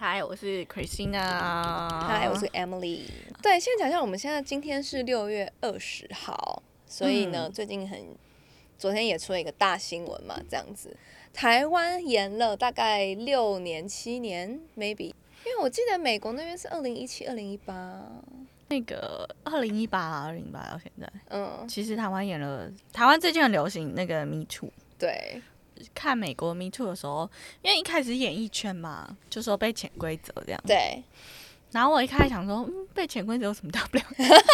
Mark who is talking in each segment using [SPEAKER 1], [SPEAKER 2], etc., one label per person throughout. [SPEAKER 1] 嗨，我是 Christina。
[SPEAKER 2] 嗨，我是 Emily。对，先讲一下，我们现在今天是六月二十号，所以呢，
[SPEAKER 1] 嗯
[SPEAKER 2] 最近很，昨天也出了一个大新闻嘛，这样子，台湾延了大概六年、七年，maybe。因为我记得美国那边是二零一七、二零一八，
[SPEAKER 1] 那个二零一八、二零八到现在，
[SPEAKER 2] 嗯，
[SPEAKER 1] 其实台湾演了，台湾最近很流行那个 Me Too。
[SPEAKER 2] 对，
[SPEAKER 1] 看美国 Me Too 的时候，因为一开始演艺圈嘛，就说被潜规则这样。
[SPEAKER 2] 对，
[SPEAKER 1] 然后我一开始想说，嗯，被潜规则有什么大不了？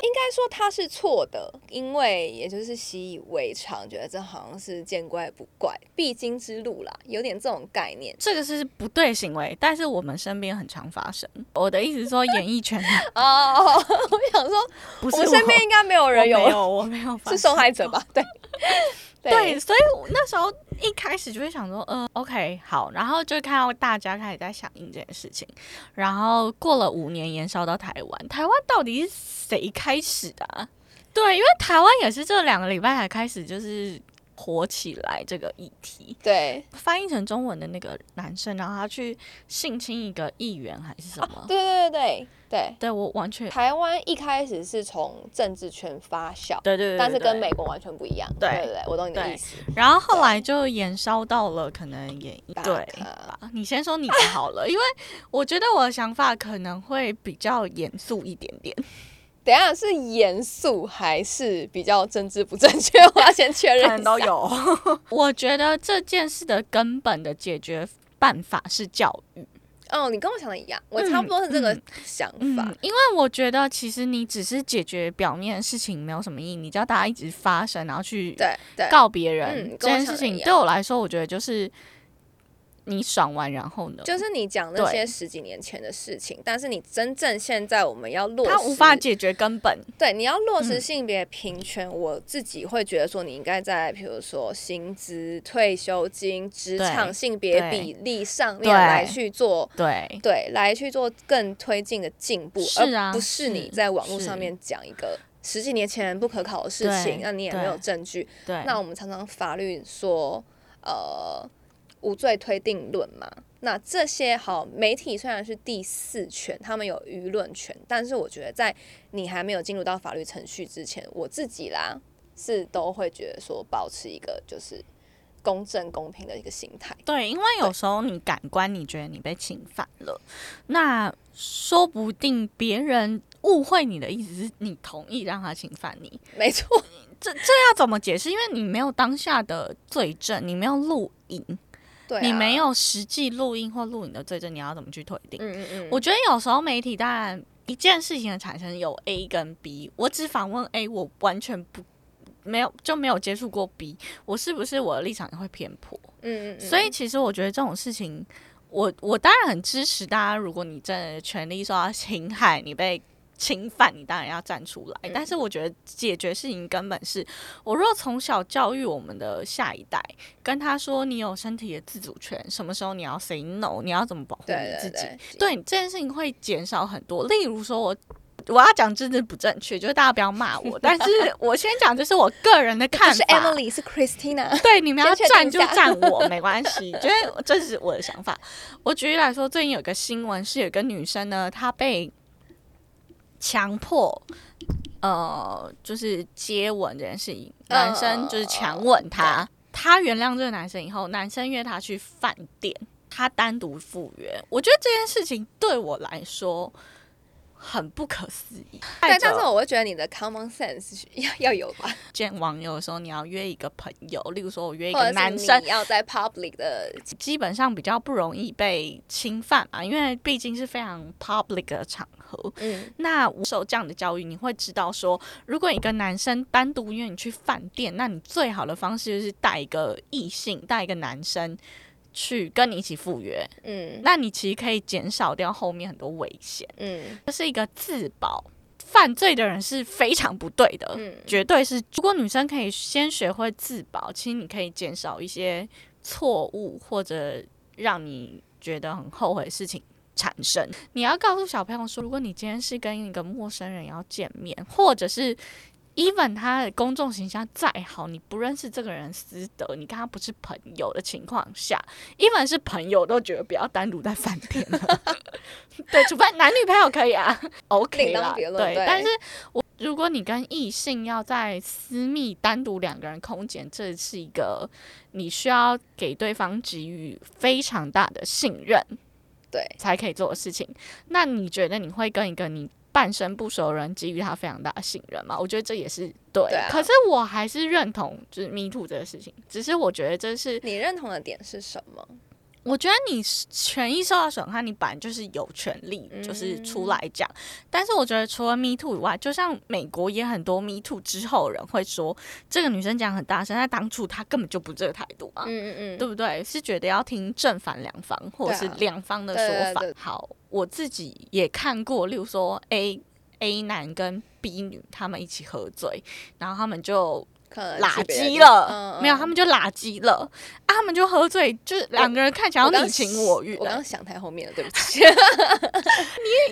[SPEAKER 2] 应该说他是错的，因为也就是习以为常，觉得这好像是见怪不怪，必经之路啦，有点这种概念
[SPEAKER 1] 这个是不对行为，但是我们身边很常发生。我的意思是说，演艺圈
[SPEAKER 2] 哦。 我想说，
[SPEAKER 1] 不是
[SPEAKER 2] 我们身边应该没有人
[SPEAKER 1] 我
[SPEAKER 2] 有
[SPEAKER 1] 没有，我没有发
[SPEAKER 2] 是
[SPEAKER 1] 生
[SPEAKER 2] 受害者吧？ 对，
[SPEAKER 1] 对，，所以我那时候一开始就会想说，呃，OK，好，然后就看到大家开始在响应这件事情，然后过了五年延烧到台湾，台湾到底是谁开始的、啊？对，因为台湾也是这两个礼拜才开始就是火起来这个议题，
[SPEAKER 2] 对，
[SPEAKER 1] 翻译成中文的那个男生，然后他去性侵一个议员还是什么？
[SPEAKER 2] 对对对对对。
[SPEAKER 1] 对我完全
[SPEAKER 2] 台湾一开始是从政治圈发酵，
[SPEAKER 1] 对对对对，
[SPEAKER 2] 但是跟
[SPEAKER 1] 对
[SPEAKER 2] 美国完全不一样。
[SPEAKER 1] 对
[SPEAKER 2] 对对，我懂你的
[SPEAKER 1] 对
[SPEAKER 2] 意思。
[SPEAKER 1] 然后后来就延烧到了可能也
[SPEAKER 2] 大
[SPEAKER 1] 对
[SPEAKER 2] 咖
[SPEAKER 1] 吧？你先说你的好了，因为我觉得我的想法可能会比较严肃一点点。
[SPEAKER 2] 等一下是严肃还是比较政治不正确？ 我要先确认一下。
[SPEAKER 1] 有。 我觉得这件事的根本的解决办法是教育。
[SPEAKER 2] 哦，你跟我想的一样，我差不多是这个想法
[SPEAKER 1] 嗯。，因为我觉得其实你只是解决表面的事情没有什么意义，你叫大家一直发声，然后去
[SPEAKER 2] 对对，
[SPEAKER 1] 告别人、
[SPEAKER 2] 嗯
[SPEAKER 1] 这
[SPEAKER 2] 跟我
[SPEAKER 1] 件事
[SPEAKER 2] 想的
[SPEAKER 1] 情，
[SPEAKER 2] 一
[SPEAKER 1] 对我来说，我觉得就是你爽完然后呢，
[SPEAKER 2] 就是你讲那
[SPEAKER 1] 对
[SPEAKER 2] 些十几年前的事情，但是你真正现在我们要落实，
[SPEAKER 1] 他无法解决根本。
[SPEAKER 2] 对，你要落实
[SPEAKER 1] 嗯
[SPEAKER 2] 性别平权，我自己会觉得说，你应该在比如说薪资、退休金、职
[SPEAKER 1] 对
[SPEAKER 2] 场性别
[SPEAKER 1] 对
[SPEAKER 2] 比例上
[SPEAKER 1] 对
[SPEAKER 2] 面来去做，
[SPEAKER 1] 对，
[SPEAKER 2] 对，来去做更推进的进步，
[SPEAKER 1] 是啊
[SPEAKER 2] 而不是你
[SPEAKER 1] 是
[SPEAKER 2] 在网络
[SPEAKER 1] 是
[SPEAKER 2] 上面讲一个十几年前不可考的事
[SPEAKER 1] 对
[SPEAKER 2] 情，那你也没有
[SPEAKER 1] 对
[SPEAKER 2] 证据。
[SPEAKER 1] 对，
[SPEAKER 2] 那我们常常法律说，呃，无罪推定论嘛。那这些好，媒体虽然是第四权，他们有舆论权，但是我觉得在你还没有进入到法律程序之前，我自己啦是都会觉得说，保持一个就是公正公平的一个心态。
[SPEAKER 1] 对，因为有时候你感官你觉得你被侵犯了，那说不定别人误会你的意思是你同意让他侵犯你，
[SPEAKER 2] 没错，
[SPEAKER 1] 这这要怎么解释？因为你没有当下的罪证，你没有录影，
[SPEAKER 2] 对、啊，
[SPEAKER 1] 你没，有实际录音或录影的罪证，你要怎么去推定？
[SPEAKER 2] 嗯嗯嗯，
[SPEAKER 1] 我觉得有时候媒体当然一件事情的产生有 A 跟 B，我只访问 A，我完全不没有就没有接触过 B，我是不是我的立场会偏颇？
[SPEAKER 2] 嗯嗯嗯，
[SPEAKER 1] 所以其实我觉得这种事情，我我当然很支持大家，如果你真的权利受到侵害，你被侵犯，你当然要站出来。
[SPEAKER 2] 嗯
[SPEAKER 1] 但是我觉得解决事情根本是，我若从小教育我们的下一代，跟他说你有身体的自主权，什么时候你要 say no，你要怎么保护
[SPEAKER 2] 对
[SPEAKER 1] 你自
[SPEAKER 2] 对
[SPEAKER 1] 己，
[SPEAKER 2] 对，
[SPEAKER 1] 对这件事情会减少很多。例如说我。我要讲政治不正确，就是大家不要骂我。但是我先讲，这是我个人的 看
[SPEAKER 2] 不
[SPEAKER 1] 法。
[SPEAKER 2] 嗯是 Emily，是 Christina。
[SPEAKER 1] 对，你们要
[SPEAKER 2] 先确
[SPEAKER 1] 站
[SPEAKER 2] 定
[SPEAKER 1] 就
[SPEAKER 2] 一下
[SPEAKER 1] 站我，没关系，就是 这是我的想法。我举例来说，最近有个新闻是有一个女生呢，她被强迫，呃，就是接吻这件事情，男生
[SPEAKER 2] 呃
[SPEAKER 1] 就是强吻她，她原谅这个男生以后，男生约她去饭店，她单独赴约。我觉得这件事情对我来说。很不可思议。
[SPEAKER 2] 对，
[SPEAKER 1] 带着
[SPEAKER 2] 但是我会觉得你的 common sense 要要有吧，
[SPEAKER 1] 见网友的时候，你要约一个朋友，例如说我约一
[SPEAKER 2] 或
[SPEAKER 1] 个
[SPEAKER 2] 者
[SPEAKER 1] 男
[SPEAKER 2] 是
[SPEAKER 1] 生
[SPEAKER 2] 你，要在 public 的
[SPEAKER 1] 基本上比较不容易被侵犯嘛，因为毕竟是非常 public 的场合。
[SPEAKER 2] 嗯，
[SPEAKER 1] 那我受这样的教育，你会知道说，如果一个男生单独约你去饭店，那你最好的方式就是带一个异性，带一个男生去跟你一起赴约。
[SPEAKER 2] 嗯
[SPEAKER 1] 那你其实可以减少掉后面很多危险，
[SPEAKER 2] 嗯
[SPEAKER 1] 这是一个自保。犯罪的人是非常不对的，
[SPEAKER 2] 嗯，
[SPEAKER 1] 绝对是。如果女生可以先学会自保，其实你可以减少一些错误或者让你觉得很后悔的事情产生。你要告诉小朋友说，如果你今天是跟一个陌生人要见面，或者是。 even 他的公众形象再好，你不认识这个人私德，你跟他不是朋友的情况下，even 是朋友都觉得不要单独在饭店 了。对，除非男女朋友可以啊，OK
[SPEAKER 2] 另
[SPEAKER 1] 啦。
[SPEAKER 2] 当别论对
[SPEAKER 1] 但是我如果你跟异性要在私密单独两个人空间，这是一个你需要给对方给予非常大的信任。
[SPEAKER 2] 对，
[SPEAKER 1] 才可以做的事情。那你觉得你会跟一个你半生不熟的人给予他非常大的信任吗？我觉得这也是对。
[SPEAKER 2] 对啊
[SPEAKER 1] 可是我还是认同就是 Me Too 这个事情，只是我觉得这是，
[SPEAKER 2] 你认同的点是什么？
[SPEAKER 1] 我觉得你权益受到损害，你本来就是有权利
[SPEAKER 2] 嗯
[SPEAKER 1] 就是出来讲。但是我觉得除了 Me Too 以外，就像美国也很多 Me Too 之后的人会说，这个女生讲很大声，但当初她根本就不是这个态度啊。
[SPEAKER 2] 嗯嗯
[SPEAKER 1] 对不对？是觉得要听正反两方，或者是两方的说法。
[SPEAKER 2] 对对对
[SPEAKER 1] 好，我自己也看过，例如说 A A 男跟 B 女他们一起喝醉，然后他们就
[SPEAKER 2] 可能
[SPEAKER 1] 拉
[SPEAKER 2] 呃去别的
[SPEAKER 1] 鸡
[SPEAKER 2] 地方
[SPEAKER 1] 了，
[SPEAKER 2] 嗯嗯
[SPEAKER 1] 没有，他们就拉鸡了啊，他们就喝醉，就是两个人看起来要
[SPEAKER 2] 我刚
[SPEAKER 1] 你情我啊欲
[SPEAKER 2] 我刚
[SPEAKER 1] 了。
[SPEAKER 2] 刚想太后面了，对不 起。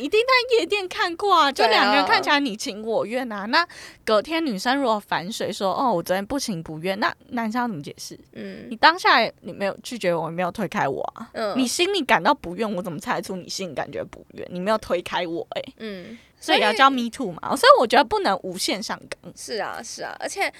[SPEAKER 1] 一定在夜店看过啊，就
[SPEAKER 2] 对啊
[SPEAKER 1] 两个人看起来你情我愿啊。那隔天女生如果反水说哦，我昨天不情不愿，那男生要怎么解释？
[SPEAKER 2] 嗯
[SPEAKER 1] 你当下你没有拒绝我，你没有推开我啊。
[SPEAKER 2] 嗯，
[SPEAKER 1] 你心里感到不愿，我怎么猜出你心里感觉不愿？你没有推开我、欸，
[SPEAKER 2] 嗯
[SPEAKER 1] 所以要叫 me too 嘛。所以我觉得不能无限上纲。
[SPEAKER 2] 是啊是啊，而且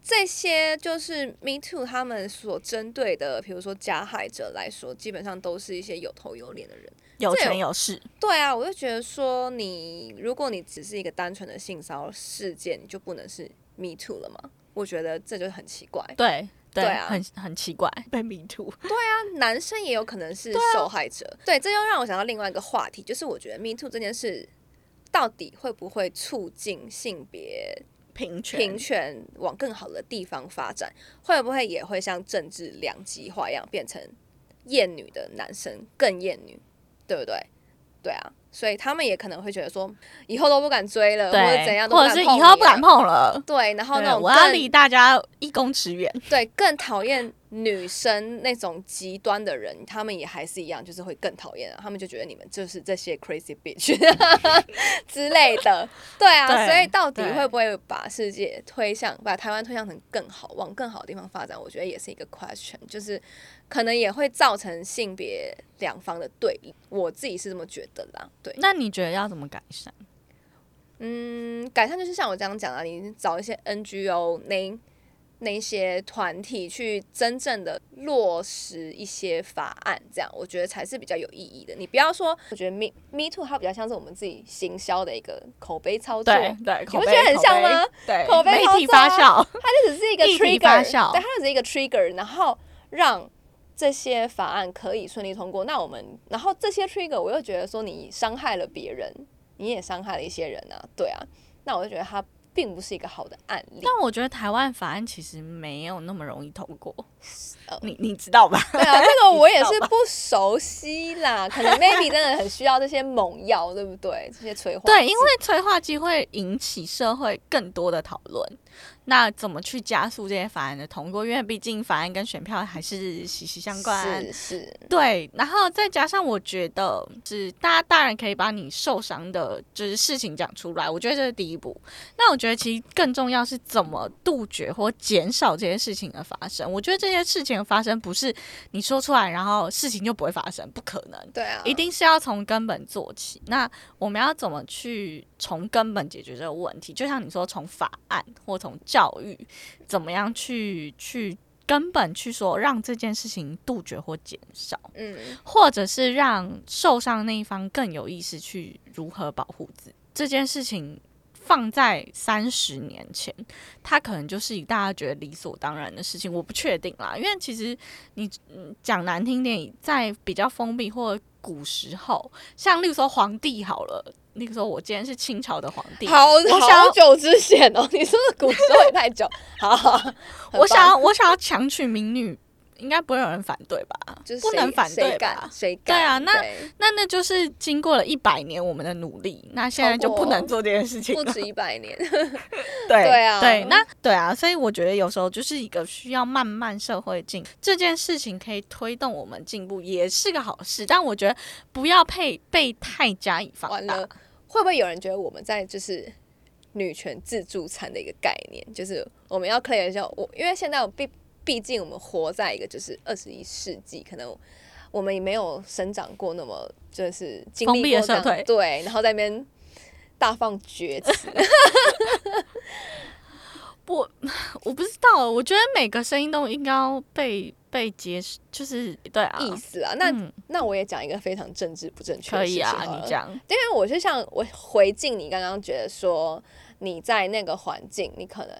[SPEAKER 2] 这些就是 Me Too 他们所针对的，比如说加害者来说，基本上都是一些有头有脸的人。
[SPEAKER 1] 有
[SPEAKER 2] 这有
[SPEAKER 1] 权有势，
[SPEAKER 2] 对啊，我就觉得说你，如果你只是一个单纯的性骚扰事件，你就不能是 Me Too 了嘛？我觉得这就很奇怪。
[SPEAKER 1] 对对，
[SPEAKER 2] 对啊
[SPEAKER 1] 很很奇怪，被 me too。
[SPEAKER 2] 男生也有可能是
[SPEAKER 1] 啊
[SPEAKER 2] 受害者。对，这又让我想到另外一个话题，就是我觉得 Me Too 这件事到底会不会促进性别
[SPEAKER 1] 平权，
[SPEAKER 2] 平权往更好的地方发展？会不会也会像政治两极化一样，变成厌女的男生更厌女，对不对？对啊，所以他们也可能会觉得说，以后都不敢追了，或者怎
[SPEAKER 1] 对，
[SPEAKER 2] 样都
[SPEAKER 1] 或
[SPEAKER 2] 不
[SPEAKER 1] 者
[SPEAKER 2] 敢
[SPEAKER 1] 是
[SPEAKER 2] 碰
[SPEAKER 1] 以后
[SPEAKER 2] 你
[SPEAKER 1] 不敢
[SPEAKER 2] 了
[SPEAKER 1] 碰了。
[SPEAKER 2] 对，然后
[SPEAKER 1] 对
[SPEAKER 2] 那，种
[SPEAKER 1] 我要
[SPEAKER 2] 更
[SPEAKER 1] 离大家一公尺远。
[SPEAKER 2] 对，更讨厌女生那种极端的人，他们也还是一样，就是会更讨厌、啊，他们就觉得你们就是这些 crazy bitch 之类的。对啊，
[SPEAKER 1] 对
[SPEAKER 2] 所以到底
[SPEAKER 1] 对
[SPEAKER 2] 会不会把世界推向，把台湾推向成更好，往更好的地方发展？我觉得也是一个 question，就是可能也会造成性别两方的对立。我自己是这么觉得啦。对，
[SPEAKER 1] 那你觉得要怎么改善？
[SPEAKER 2] 嗯，改善就是像我这样讲啊，你找一些 NGO 那那些团体去真正的落实一些法案，这样我觉得才是比较有意义的。你不要说，我觉得 Me Me Too 它比较像是我们自己行销的一个口碑操作，
[SPEAKER 1] 对
[SPEAKER 2] 它
[SPEAKER 1] 对，
[SPEAKER 2] 不
[SPEAKER 1] 口碑
[SPEAKER 2] 觉得很像吗？
[SPEAKER 1] 口碑对，
[SPEAKER 2] 口碑
[SPEAKER 1] 媒体发
[SPEAKER 2] 操作
[SPEAKER 1] 酵，
[SPEAKER 2] 就只是一个
[SPEAKER 1] 议题
[SPEAKER 2] trigger，
[SPEAKER 1] 发酵
[SPEAKER 2] 对，它就只是一个 trigger，然后让这些法案可以顺利通过。那我们，然后这些 trigger，我又觉得说你伤害了别人，你也伤害了一些人啊，对啊，那我就觉得它并不是一个好的案例。
[SPEAKER 1] 但我觉得台湾法案其实没有那么容易通过
[SPEAKER 2] 呃。
[SPEAKER 1] 你你知道吧？
[SPEAKER 2] 对啊，这个我也是不熟悉啦，可能 maybe 真的很需要这些猛药，对不对？这些催化剂。
[SPEAKER 1] 对，因为催化剂会引起社会更多的讨论。那怎么去加速这些法案的通过？因为毕竟法案跟选票还是息息相关。
[SPEAKER 2] 是是，
[SPEAKER 1] 对，然后再加上我觉得是大家当然可以把你受伤的就是事情讲出来，我觉得这是第一步。那我觉得其实更重要是怎么杜绝或减少这些事情的发生。我觉得这些事情的发生不是你说出来，然后事情就不会发生，不可能。
[SPEAKER 2] 对啊，
[SPEAKER 1] 一定是要从根本做起。那我们要怎么去从根本解决这个问题？就像你说，从法案或从教育，怎么样去去根本去说，让这件事情杜绝或减少，
[SPEAKER 2] 嗯，
[SPEAKER 1] 或者是让受伤那一方更有意识去如何保护自己这件事情。放在三十年前，它可能就是以大家觉得理所当然的事情，我不确定啦。因为其实你嗯讲难听点，在比较封闭或者古时候，像例如说皇帝好了，例如说我今天是清朝的皇帝，
[SPEAKER 2] 好
[SPEAKER 1] 我想
[SPEAKER 2] 好
[SPEAKER 1] 要
[SPEAKER 2] 久之前哦，你说的古时候也太久，好好，好很
[SPEAKER 1] 我想
[SPEAKER 2] 棒
[SPEAKER 1] 要我想要强娶民女，应该不会有人反对吧？
[SPEAKER 2] 就是
[SPEAKER 1] 不
[SPEAKER 2] 谁
[SPEAKER 1] 能反
[SPEAKER 2] 谁
[SPEAKER 1] 对
[SPEAKER 2] 敢
[SPEAKER 1] 吧？
[SPEAKER 2] 谁
[SPEAKER 1] 对
[SPEAKER 2] 敢？
[SPEAKER 1] 啊那
[SPEAKER 2] 对
[SPEAKER 1] 那那就是经过了一百年我们的努力，那现在就
[SPEAKER 2] 超过
[SPEAKER 1] 不能做这件事情
[SPEAKER 2] 不
[SPEAKER 1] 了。
[SPEAKER 2] 止一百 年，
[SPEAKER 1] 对
[SPEAKER 2] 对啊
[SPEAKER 1] 对，那对啊，所以我觉得有时候就是一个需要慢慢社会进这件事情，可以推动我们进步，也是个好事。但我觉得不要被被太加以放
[SPEAKER 2] 完
[SPEAKER 1] 大
[SPEAKER 2] 了。会不会有人觉得我们在就是女权自助餐的一个概念，就是我们要 clear 一下，我因为现在我毕毕竟我们活在一个就是二十一世纪，可能我们也没有生长过那么就是经
[SPEAKER 1] 封
[SPEAKER 2] 历
[SPEAKER 1] 闭的
[SPEAKER 2] 过这
[SPEAKER 1] 社
[SPEAKER 2] 样
[SPEAKER 1] 会
[SPEAKER 2] 对，然后在那边大放厥词，
[SPEAKER 1] 我 我不知道，我觉得每个声音都应该要被被接，就是对啊，
[SPEAKER 2] 意思啊。那、
[SPEAKER 1] 嗯
[SPEAKER 2] 那我也讲一个非常政治不正确
[SPEAKER 1] 可
[SPEAKER 2] 的事
[SPEAKER 1] 以
[SPEAKER 2] 情
[SPEAKER 1] 啊，
[SPEAKER 2] 好了
[SPEAKER 1] 你讲，
[SPEAKER 2] 因为我是像我回敬你刚刚觉得说你在那个环境，你可能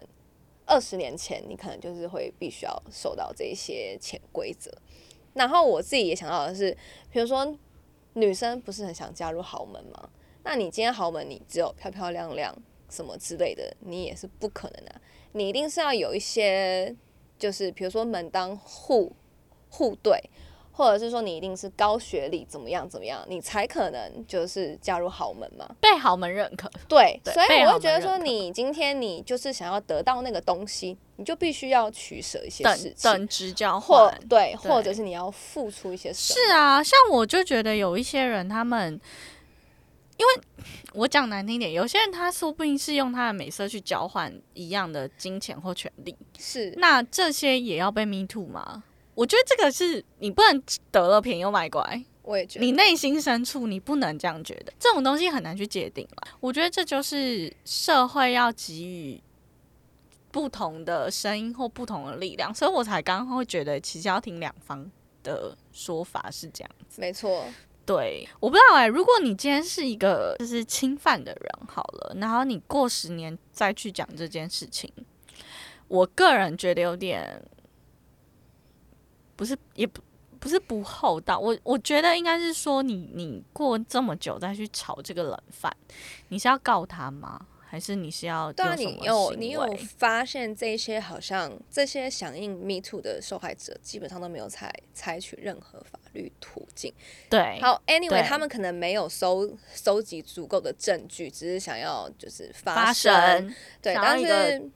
[SPEAKER 2] 二十年前你可能就是会必须要受到这一些潜规则。然后我自己也想到的是，比如说女生不是很想加入豪门嘛？那你今天豪门你只有漂漂亮亮什么之类的，你也是不可能的、啊你一定是要有一些，就是比如说门当户户对，或者是说你一定是高学历怎么样怎么样，你才可能就是加入豪门 嘛。
[SPEAKER 1] 被豪门认可，
[SPEAKER 2] 对，
[SPEAKER 1] 对
[SPEAKER 2] 所以
[SPEAKER 1] 被
[SPEAKER 2] 我
[SPEAKER 1] 豪
[SPEAKER 2] 会觉得
[SPEAKER 1] 门
[SPEAKER 2] 说，
[SPEAKER 1] 认可
[SPEAKER 2] 你今天你就是想要得到那个东西，你就必须要取舍一些事
[SPEAKER 1] 等
[SPEAKER 2] 情，
[SPEAKER 1] 等值交
[SPEAKER 2] 或
[SPEAKER 1] 换，对
[SPEAKER 2] 对，或者是你要付出一些什么。
[SPEAKER 1] 是啊，像我就觉得有一些人，他们因为我讲难听点，有些人他说不定是用他的美色去交换一样的金钱或权利，
[SPEAKER 2] 是
[SPEAKER 1] 那这些也要被 me too 吗？我觉得这个是你不能得了便宜又卖乖，
[SPEAKER 2] 我也觉得
[SPEAKER 1] 你内心深处你不能这样觉得，这种东西很难去界定嘛。我觉得这就是社会要给予不同的声音或不同的力量，所以我才刚刚会觉得其实要听两方的说法是这样。
[SPEAKER 2] 没错，
[SPEAKER 1] 对，我不知道哎、如果你今天是一个就是侵犯的人好了，然后你过十年再去讲这件事情，我个人觉得有点不是也不不是不厚道，我我觉得应该是说你你过这么久再去炒这个冷饭，你是要告他吗？还是你是要
[SPEAKER 2] 对啊，
[SPEAKER 1] 有什
[SPEAKER 2] 你
[SPEAKER 1] 么
[SPEAKER 2] 有
[SPEAKER 1] 行
[SPEAKER 2] 你有
[SPEAKER 1] 为
[SPEAKER 2] 发现这些好像这些响应 Me Too 的受害者，基本上都没有采采取任何法律途径。
[SPEAKER 1] 对
[SPEAKER 2] 好，anyway，
[SPEAKER 1] 对
[SPEAKER 2] 他们可能没有收收集足够的证据，只是想要就是
[SPEAKER 1] 发
[SPEAKER 2] 声。
[SPEAKER 1] 生
[SPEAKER 2] 对，
[SPEAKER 1] 想
[SPEAKER 2] 但
[SPEAKER 1] 要一个
[SPEAKER 2] 是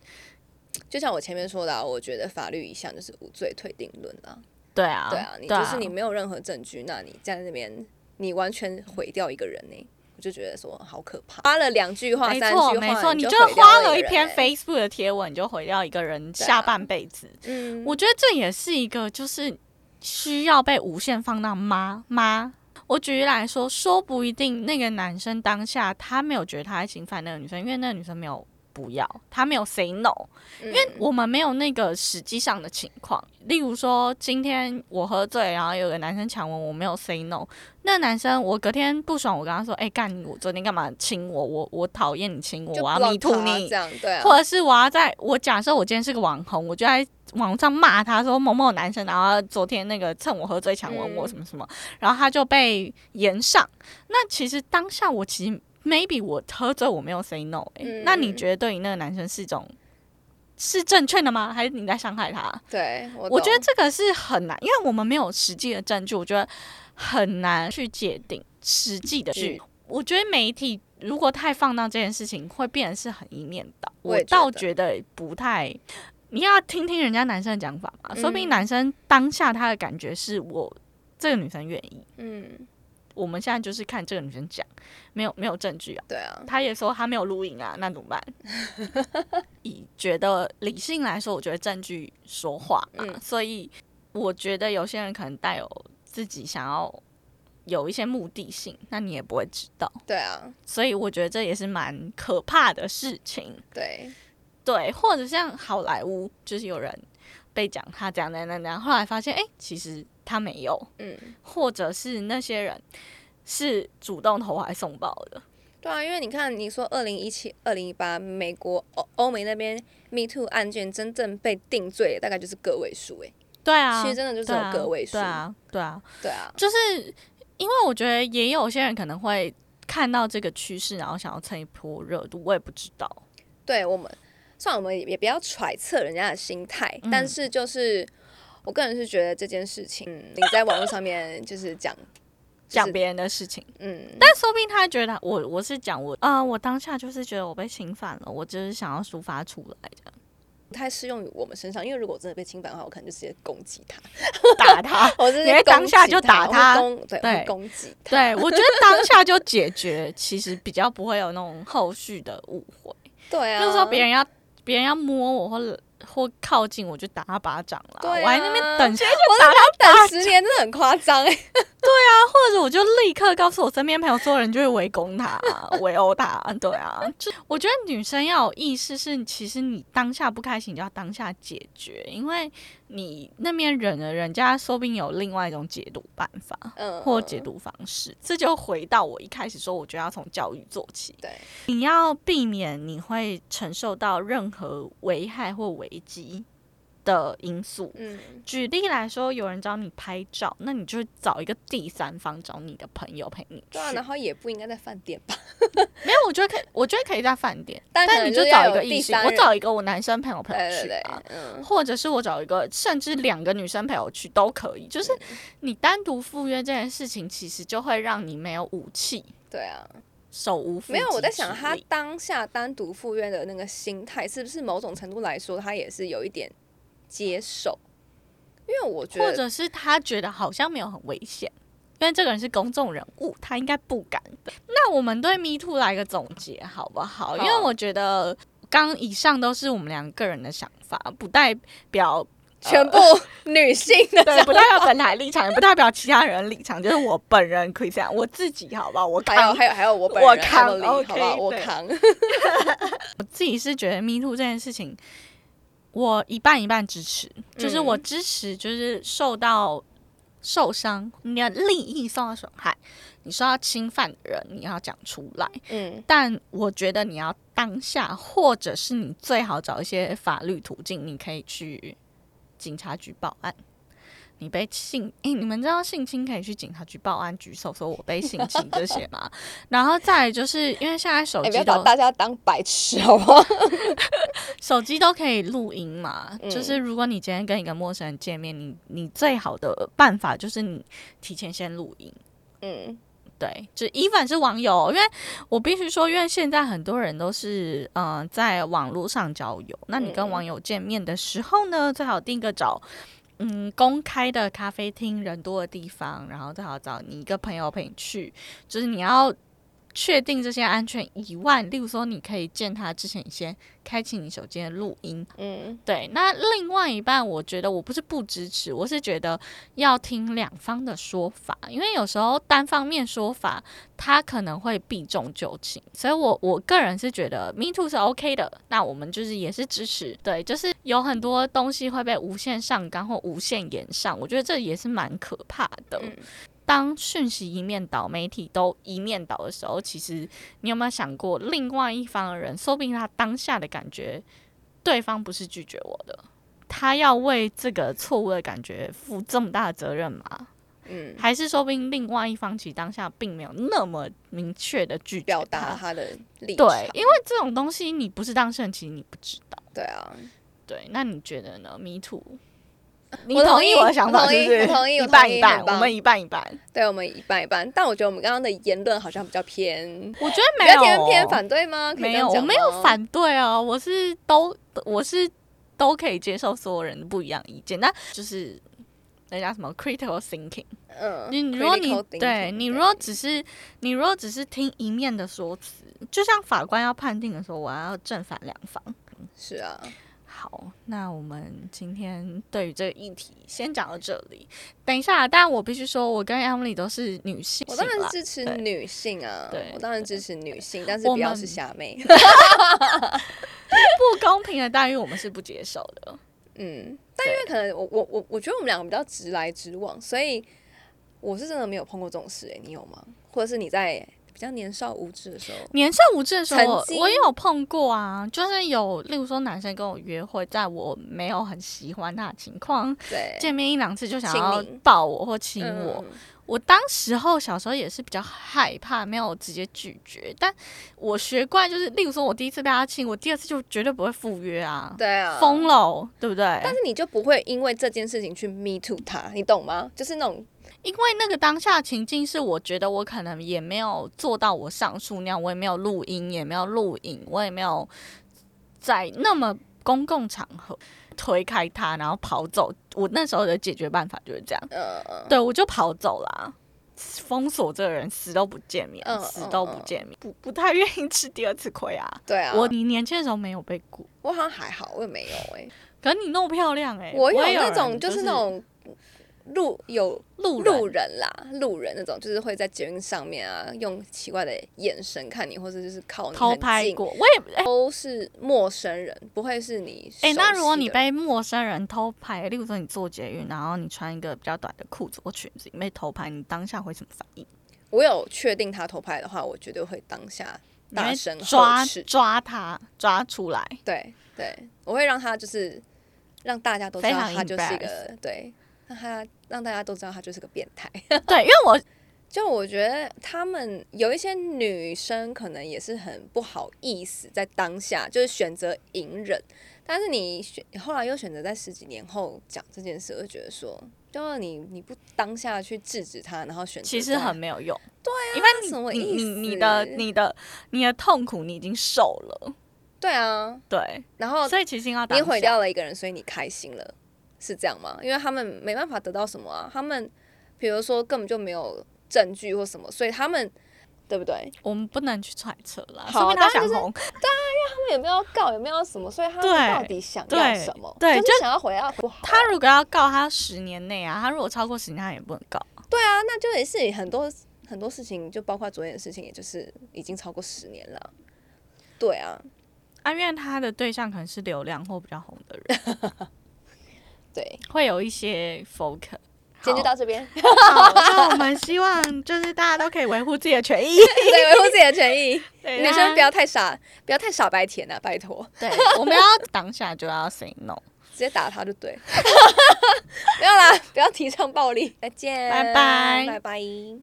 [SPEAKER 2] 就像我前面说的、啊，我觉得法律一项就是无罪推定论啊。
[SPEAKER 1] 对啊
[SPEAKER 2] 对啊，你就是你没有任何证据，那你在那边你完全毁掉一个人呢、我就觉得说好可怕，花了两句话、
[SPEAKER 1] 没
[SPEAKER 2] 三句话
[SPEAKER 1] 错，，没错，
[SPEAKER 2] 你
[SPEAKER 1] 你
[SPEAKER 2] 就
[SPEAKER 1] 就
[SPEAKER 2] 毁掉
[SPEAKER 1] 花
[SPEAKER 2] 个
[SPEAKER 1] 了一
[SPEAKER 2] 人
[SPEAKER 1] 篇
[SPEAKER 2] 欸
[SPEAKER 1] Facebook 的贴文，你就毁掉一个人
[SPEAKER 2] 对啊
[SPEAKER 1] 下半辈子。
[SPEAKER 2] 嗯，
[SPEAKER 1] 我觉得这也是一个，就是需要被无限放大妈妈。我举例来说，说不一定那个男生当下他没有觉得他在侵犯那个女生，因为那个女生没有不要，他没有 say no，
[SPEAKER 2] 因
[SPEAKER 1] 因为我们没有那个实际上的情况。例如说，今天我喝醉，然后有个男生强吻我，没有 say no，那男生我隔天不爽，我跟他说：“哎、干你！我昨天干嘛亲我？我我讨厌你亲我，
[SPEAKER 2] 就
[SPEAKER 1] 我要
[SPEAKER 2] block
[SPEAKER 1] me too
[SPEAKER 2] 他
[SPEAKER 1] 你。”
[SPEAKER 2] 这样对啊，
[SPEAKER 1] 或者是我要在我假设我今天是个网红，我就在网上骂他说某某男生，然后昨天那个趁我喝醉强吻我
[SPEAKER 2] 嗯
[SPEAKER 1] 什么什么，然后他就被延上。那其实当下我其实 maybe 我喝醉我没有 say no，、欸
[SPEAKER 2] 嗯
[SPEAKER 1] 那你觉得对于那个男生是一种是正确的吗？还是你在伤害他？
[SPEAKER 2] 对我
[SPEAKER 1] 我觉得
[SPEAKER 2] 懂
[SPEAKER 1] 这个是很难，因为我们没有实际的证据，我觉得很难去界定实际的
[SPEAKER 2] 是
[SPEAKER 1] 据。我觉得媒体如果太放大这件事情，会变成是很一面倒。
[SPEAKER 2] 我
[SPEAKER 1] 我
[SPEAKER 2] 也觉
[SPEAKER 1] 倒
[SPEAKER 2] 得
[SPEAKER 1] 觉得不太。你要听听人家男生的讲法嘛，说不定
[SPEAKER 2] 嗯
[SPEAKER 1] 男生当下他的感觉是我这个女生愿意。
[SPEAKER 2] 嗯，
[SPEAKER 1] 我们现在就是看这个女生讲，没有没有证据啊。
[SPEAKER 2] 对啊，
[SPEAKER 1] 他也说他没有录影啊，那怎么办？ 以觉得理性来说，我觉得证据说话嘛，
[SPEAKER 2] 嗯
[SPEAKER 1] 所以我觉得有些人可能带有自己想要有一些目的性，那你也不会知道，
[SPEAKER 2] 对啊，
[SPEAKER 1] 所以我觉得这也是蛮可怕的事情。
[SPEAKER 2] 对，
[SPEAKER 1] 对，或者像好莱坞，就是有人被讲他怎样怎样怎样怎样，后来发现哎、诶其实他没有，
[SPEAKER 2] 嗯，
[SPEAKER 1] 或者是那些人是主动投怀送抱的，
[SPEAKER 2] 对啊，因为你看，你说二零一七、二零一八，美国欧欧美那边 Me Too 案件真正被定罪的大概就是个位数哎、
[SPEAKER 1] 对啊，
[SPEAKER 2] 其实真的就只有个位数，
[SPEAKER 1] 对啊，对啊，
[SPEAKER 2] 对啊，
[SPEAKER 1] 就是因为我觉得也有些人可能会看到这个趋势，然后想要蹭一波热度，我也不知道。
[SPEAKER 2] 对我们，算我们也也不要揣测人家的心态，
[SPEAKER 1] 嗯
[SPEAKER 2] 但是就是我个人是觉得这件事情，嗯、你在网络上面就是讲，
[SPEAKER 1] 讲别人的事情，
[SPEAKER 2] 嗯，
[SPEAKER 1] 但说不定他觉得我我是讲我，呃，我当下就是觉得我被侵犯了，我就是想要抒发出 来的，
[SPEAKER 2] 不太适用于我们身上，因为如果我真的被侵犯的话，我可能就直接攻击 他，
[SPEAKER 1] 打他。
[SPEAKER 2] 我直
[SPEAKER 1] 你
[SPEAKER 2] 接
[SPEAKER 1] 会
[SPEAKER 2] 攻
[SPEAKER 1] 当下
[SPEAKER 2] 击
[SPEAKER 1] 就打
[SPEAKER 2] 他，
[SPEAKER 1] 他
[SPEAKER 2] 我会攻对，我会
[SPEAKER 1] 对
[SPEAKER 2] 攻击他，
[SPEAKER 1] 对，我觉得当下就解决，其实比较不会有那种后续的误会。
[SPEAKER 2] 对对啊，
[SPEAKER 1] 就是说别人要别人要摸我或或靠近我，就打他巴掌了。
[SPEAKER 2] 对啊
[SPEAKER 1] 我还在那边等，谁就
[SPEAKER 2] 我
[SPEAKER 1] 打他，
[SPEAKER 2] 等十年真的很夸张哎，
[SPEAKER 1] 或者我就立刻告诉我身边朋友，所有人就会围攻他、啊围殴他。对啊，就我觉得女生要有意识是，其实你当下不开心，你就要当下解决，因为你那边忍了，人家说不定有另外一种解读办法。
[SPEAKER 2] 嗯，
[SPEAKER 1] 或解读方式，这就回到我一开始说，我觉得要从教育做起。
[SPEAKER 2] 对，
[SPEAKER 1] 你要避免你会承受到任何危害或危机的因素。
[SPEAKER 2] 嗯，
[SPEAKER 1] 举例来说，有人找你拍照，那你就找一个第三方，找你的朋友陪你去。
[SPEAKER 2] 对啊，然后也不应该在饭店吧，
[SPEAKER 1] 没有，我觉得可以，我觉得可以在饭店，
[SPEAKER 2] 但可
[SPEAKER 1] 但
[SPEAKER 2] 能
[SPEAKER 1] 你
[SPEAKER 2] 就
[SPEAKER 1] 找
[SPEAKER 2] 要
[SPEAKER 1] 一
[SPEAKER 2] 有
[SPEAKER 1] 个
[SPEAKER 2] 第
[SPEAKER 1] 异性，
[SPEAKER 2] 三
[SPEAKER 1] 我
[SPEAKER 2] 人
[SPEAKER 1] 找一个我男生朋友陪
[SPEAKER 2] 对
[SPEAKER 1] 我
[SPEAKER 2] 对
[SPEAKER 1] 去
[SPEAKER 2] 对
[SPEAKER 1] 啊，，
[SPEAKER 2] 嗯，
[SPEAKER 1] 或者是我找一个，甚至两个女生陪我去都可以。就是你单独赴约这件事情，其实就会让你没有武器，
[SPEAKER 2] 对啊，
[SPEAKER 1] 手无缚鸡之力
[SPEAKER 2] 没有我在想他当下单独赴约的那个心态，是不是某种程度来说，他也是有一点接受，因为我觉
[SPEAKER 1] 或
[SPEAKER 2] 得
[SPEAKER 1] 者是他觉得好像没有很危险，因为这个人是公众人物，他应该不敢的。那我们对 Me Too 来个总结好不好？因为
[SPEAKER 2] 好
[SPEAKER 1] 我觉得刚以上都是我们两个个人的想法，不代 表。
[SPEAKER 2] 全部
[SPEAKER 1] 呃
[SPEAKER 2] 女性的
[SPEAKER 1] 对，
[SPEAKER 2] 讲
[SPEAKER 1] 不代表本台立场，也不代表其他人的立场，就是我本人 Christian，我自己好不好？我
[SPEAKER 2] 还有
[SPEAKER 1] 扛
[SPEAKER 2] 还有还有我本
[SPEAKER 1] 我
[SPEAKER 2] 人
[SPEAKER 1] 扛
[SPEAKER 2] Emily，
[SPEAKER 1] ，OK，
[SPEAKER 2] 好不好？我
[SPEAKER 1] 对
[SPEAKER 2] 扛，
[SPEAKER 1] 我自己是觉得 Me Too 这件事情，我一半一半支持，就是我
[SPEAKER 2] 嗯
[SPEAKER 1] 支持，就是受到受伤，你的利益受到损害，你受到侵犯的人，你要讲出来。
[SPEAKER 2] 嗯，
[SPEAKER 1] 但我觉得你要当下，或者是你最好找一些法律途径，你可以去警察局报案。你被性，诶、你们知道性侵可以去警察局报案、举手说我被性侵这些吗？ 然后再来就是因为现在手
[SPEAKER 2] 哎，
[SPEAKER 1] 机
[SPEAKER 2] 不
[SPEAKER 1] 都、
[SPEAKER 2] 要把大家当白痴， 好不好？
[SPEAKER 1] 手机都可以录音嘛，
[SPEAKER 2] 嗯
[SPEAKER 1] 就是如果你今天跟一个陌生人见面，你你最好的办法就是你提前先录音。
[SPEAKER 2] 嗯，
[SPEAKER 1] 对，就 even 是网友，因为我必须说，因为现在很多人都是嗯、呃在网络上交友，那你跟
[SPEAKER 2] 嗯
[SPEAKER 1] 网友见面的时候呢，最好定个找嗯公开的咖啡厅人多的地方，然后最好找你一个朋友陪你去，就是你要。确定这些安全以外，例如说，你可以见他之前，你先开启你手机的录音，
[SPEAKER 2] 嗯，
[SPEAKER 1] 对，那另外一半，我觉得我不是不支持，我是觉得要听两方的说法，因为有时候单方面说法，他可能会避重就轻，所以我我个人是觉得 Me Too 是 OK 的，那我们就是也是支持，对，就是有很多东西会被无限上纲或无限延上，我觉得这也是蛮可怕的。
[SPEAKER 2] 嗯
[SPEAKER 1] 当讯息一面倒，媒体都一面倒的时候，其实你有没有想过，另外一方的人，说不定他当下的感觉，对方不是拒绝我的，他要为这个错误的感觉负这么大的责任吗？
[SPEAKER 2] 嗯，
[SPEAKER 1] 还是说不定另外一方其实当下并没有那么明确的拒绝
[SPEAKER 2] 表
[SPEAKER 1] 他
[SPEAKER 2] 达他的立场，
[SPEAKER 1] 对，因为这种东西你不是当事人，其实你不知道。
[SPEAKER 2] 对啊，
[SPEAKER 1] 对，那你觉得呢？Me too。你
[SPEAKER 2] 我同
[SPEAKER 1] 同
[SPEAKER 2] 意
[SPEAKER 1] 我的想法
[SPEAKER 2] 我同
[SPEAKER 1] 是
[SPEAKER 2] 意
[SPEAKER 1] 不是？
[SPEAKER 2] 我同意我
[SPEAKER 1] 一半
[SPEAKER 2] 同
[SPEAKER 1] 一
[SPEAKER 2] 意
[SPEAKER 1] 半，
[SPEAKER 2] 很
[SPEAKER 1] 我
[SPEAKER 2] 棒
[SPEAKER 1] 们一半一半。
[SPEAKER 2] 对我们一半一半，但我觉得我们刚刚的言论好像比较偏，
[SPEAKER 1] 我觉得
[SPEAKER 2] 比
[SPEAKER 1] 没
[SPEAKER 2] 较
[SPEAKER 1] 有
[SPEAKER 2] 偏偏反对吗？可以
[SPEAKER 1] 没有，
[SPEAKER 2] 这样
[SPEAKER 1] 我
[SPEAKER 2] 讲
[SPEAKER 1] 没有
[SPEAKER 2] 吗，
[SPEAKER 1] 反对哦，我是都我是都可以接受所有人的不一样意见，那就是人家什么 critical thinking，
[SPEAKER 2] 嗯，
[SPEAKER 1] 你如果你
[SPEAKER 2] critical thinking，
[SPEAKER 1] 对你如果只是你如果只是听一面的说辞，就像法官要判定的时候，我要正反两方。
[SPEAKER 2] 是啊，
[SPEAKER 1] 好，那我们今天对于这个议题先讲到这里。等一下，但我必须说，我跟 Emily 都是女性啦，
[SPEAKER 2] 我当然是支持
[SPEAKER 1] 对
[SPEAKER 2] 女性啊
[SPEAKER 1] 对，
[SPEAKER 2] 我当然支持女性，但是
[SPEAKER 1] 我
[SPEAKER 2] 不要
[SPEAKER 1] 们
[SPEAKER 2] 是虾 妹，
[SPEAKER 1] 不公平的待遇，我们是不接受的。
[SPEAKER 2] 嗯，但因为可能我我我我觉得我们两个比较直来直往，所以我是真的没有碰过这种事、欸，你有吗？或者是你在比较年少无知的时候，
[SPEAKER 1] 年少无知的时候，
[SPEAKER 2] 曾
[SPEAKER 1] 我
[SPEAKER 2] 经
[SPEAKER 1] 我也有碰过啊，就是有，例如说男生跟我约会，在我没有很喜欢他的情况，
[SPEAKER 2] 对，
[SPEAKER 1] 见面一两次就想
[SPEAKER 2] 亲
[SPEAKER 1] 要
[SPEAKER 2] 你
[SPEAKER 1] 抱我或亲我，
[SPEAKER 2] 嗯，
[SPEAKER 1] 我当时候小时候也是比较害怕，没有直接拒绝。但我学乖，就是例如说，我第一次被他亲，我第二次就绝对不会赴约啊，
[SPEAKER 2] 对啊，
[SPEAKER 1] 疯了哦，对不对？
[SPEAKER 2] 但是你就不会因为这件事情去 me too 他，你懂吗？就是那种
[SPEAKER 1] 因为那个当下情境是，我觉得我可能也没有做到我上述那样，我也没有录音，也没有录影，我也没有在那么公共场合推开他，然后跑走。我那时候的解决办法就是这样，
[SPEAKER 2] 呃，
[SPEAKER 1] 对我就跑走啦。封锁这个人，死都不见面，
[SPEAKER 2] 嗯
[SPEAKER 1] 死
[SPEAKER 2] 嗯
[SPEAKER 1] 都不
[SPEAKER 2] 嗯
[SPEAKER 1] 见面，不不太愿意吃第二次亏啊。
[SPEAKER 2] 对啊，
[SPEAKER 1] 我
[SPEAKER 2] 我
[SPEAKER 1] 你年轻的时候没有被雇，
[SPEAKER 2] 我好像还好，我也没有哎、
[SPEAKER 1] 可是你弄漂亮哎、欸，
[SPEAKER 2] 我
[SPEAKER 1] 不
[SPEAKER 2] 有
[SPEAKER 1] 会
[SPEAKER 2] 那
[SPEAKER 1] 人
[SPEAKER 2] 种
[SPEAKER 1] 就是
[SPEAKER 2] 那种路有
[SPEAKER 1] 路人
[SPEAKER 2] 路人啦，路人那种就是会在捷运上面啊，用奇怪的眼神看你，或者就是靠你
[SPEAKER 1] 偷
[SPEAKER 2] 很
[SPEAKER 1] 拍
[SPEAKER 2] 近，
[SPEAKER 1] 过，我也哎
[SPEAKER 2] 都是陌生人，不会是你熟悉的。
[SPEAKER 1] 哎、那如果你被陌生人偷拍，例如说你坐捷运，然后你穿一个比较短的裤子或裙子，你被偷拍，你当下会什么反应？
[SPEAKER 2] 我有确定他偷拍的话，我绝对会当下
[SPEAKER 1] 你
[SPEAKER 2] 大
[SPEAKER 1] 会
[SPEAKER 2] 声呵
[SPEAKER 1] 抓
[SPEAKER 2] 斥
[SPEAKER 1] 抓他抓出来，
[SPEAKER 2] 对对，我会让他就是让大家都知
[SPEAKER 1] 非
[SPEAKER 2] 道
[SPEAKER 1] 常
[SPEAKER 2] 他就是一个对，让他让大家都知道他就是个变态。
[SPEAKER 1] 对，因为我
[SPEAKER 2] 就我觉得他们有一些女生可能也是很不好意思，在当下就是选择隐忍，但是你选后来又选择在十几年后讲这件事，我就觉得说，就是你你不当下去制止他，然后选择
[SPEAKER 1] 其实
[SPEAKER 2] 在
[SPEAKER 1] 很没有用，
[SPEAKER 2] 因
[SPEAKER 1] 你
[SPEAKER 2] 什么
[SPEAKER 1] 你
[SPEAKER 2] 意
[SPEAKER 1] 你
[SPEAKER 2] 思？欸
[SPEAKER 1] 你的你的你的痛苦你已经受了，
[SPEAKER 2] 对啊，
[SPEAKER 1] 对，
[SPEAKER 2] 然后
[SPEAKER 1] 所以其实要当
[SPEAKER 2] 你
[SPEAKER 1] 下
[SPEAKER 2] 毁掉了一个人，所以你开心了，是这样吗？因为他们没办法得到什么啊，他们比如说根本就没有证据或什么，所以他们对不对？
[SPEAKER 1] 我们不能去揣测啦，
[SPEAKER 2] 好
[SPEAKER 1] 说明他
[SPEAKER 2] 当
[SPEAKER 1] 想
[SPEAKER 2] 然就是
[SPEAKER 1] 红，
[SPEAKER 2] 他们也没有要告，也没有要什么，所以他们
[SPEAKER 1] 对
[SPEAKER 2] 到底想要
[SPEAKER 1] 对
[SPEAKER 2] 什么？
[SPEAKER 1] 对
[SPEAKER 2] 就是
[SPEAKER 1] 就
[SPEAKER 2] 想要回到不好啊。
[SPEAKER 1] 他如果要告他十年内啊，他如果超过十年他也不能告，
[SPEAKER 2] 对啊，那就也是很多很多事情，就包括昨天的事情，也就是已经超过十年了。对啊，
[SPEAKER 1] 啊，因为他的对象可能是流量或比较红的人，
[SPEAKER 2] 对，
[SPEAKER 1] 会有一些 focus。
[SPEAKER 2] 今天就到这 边，
[SPEAKER 1] 好，那我们希望就是大家都可以维护自己的权益，
[SPEAKER 2] 对，维护自己的权益，
[SPEAKER 1] 对
[SPEAKER 2] 女生不要太傻，不要太傻白甜啊，拜托。
[SPEAKER 1] 对，我们要当下就要 say no，
[SPEAKER 2] 直接打他就对， 没有啦，不要提倡暴力。再见，
[SPEAKER 1] 拜拜
[SPEAKER 2] 拜拜。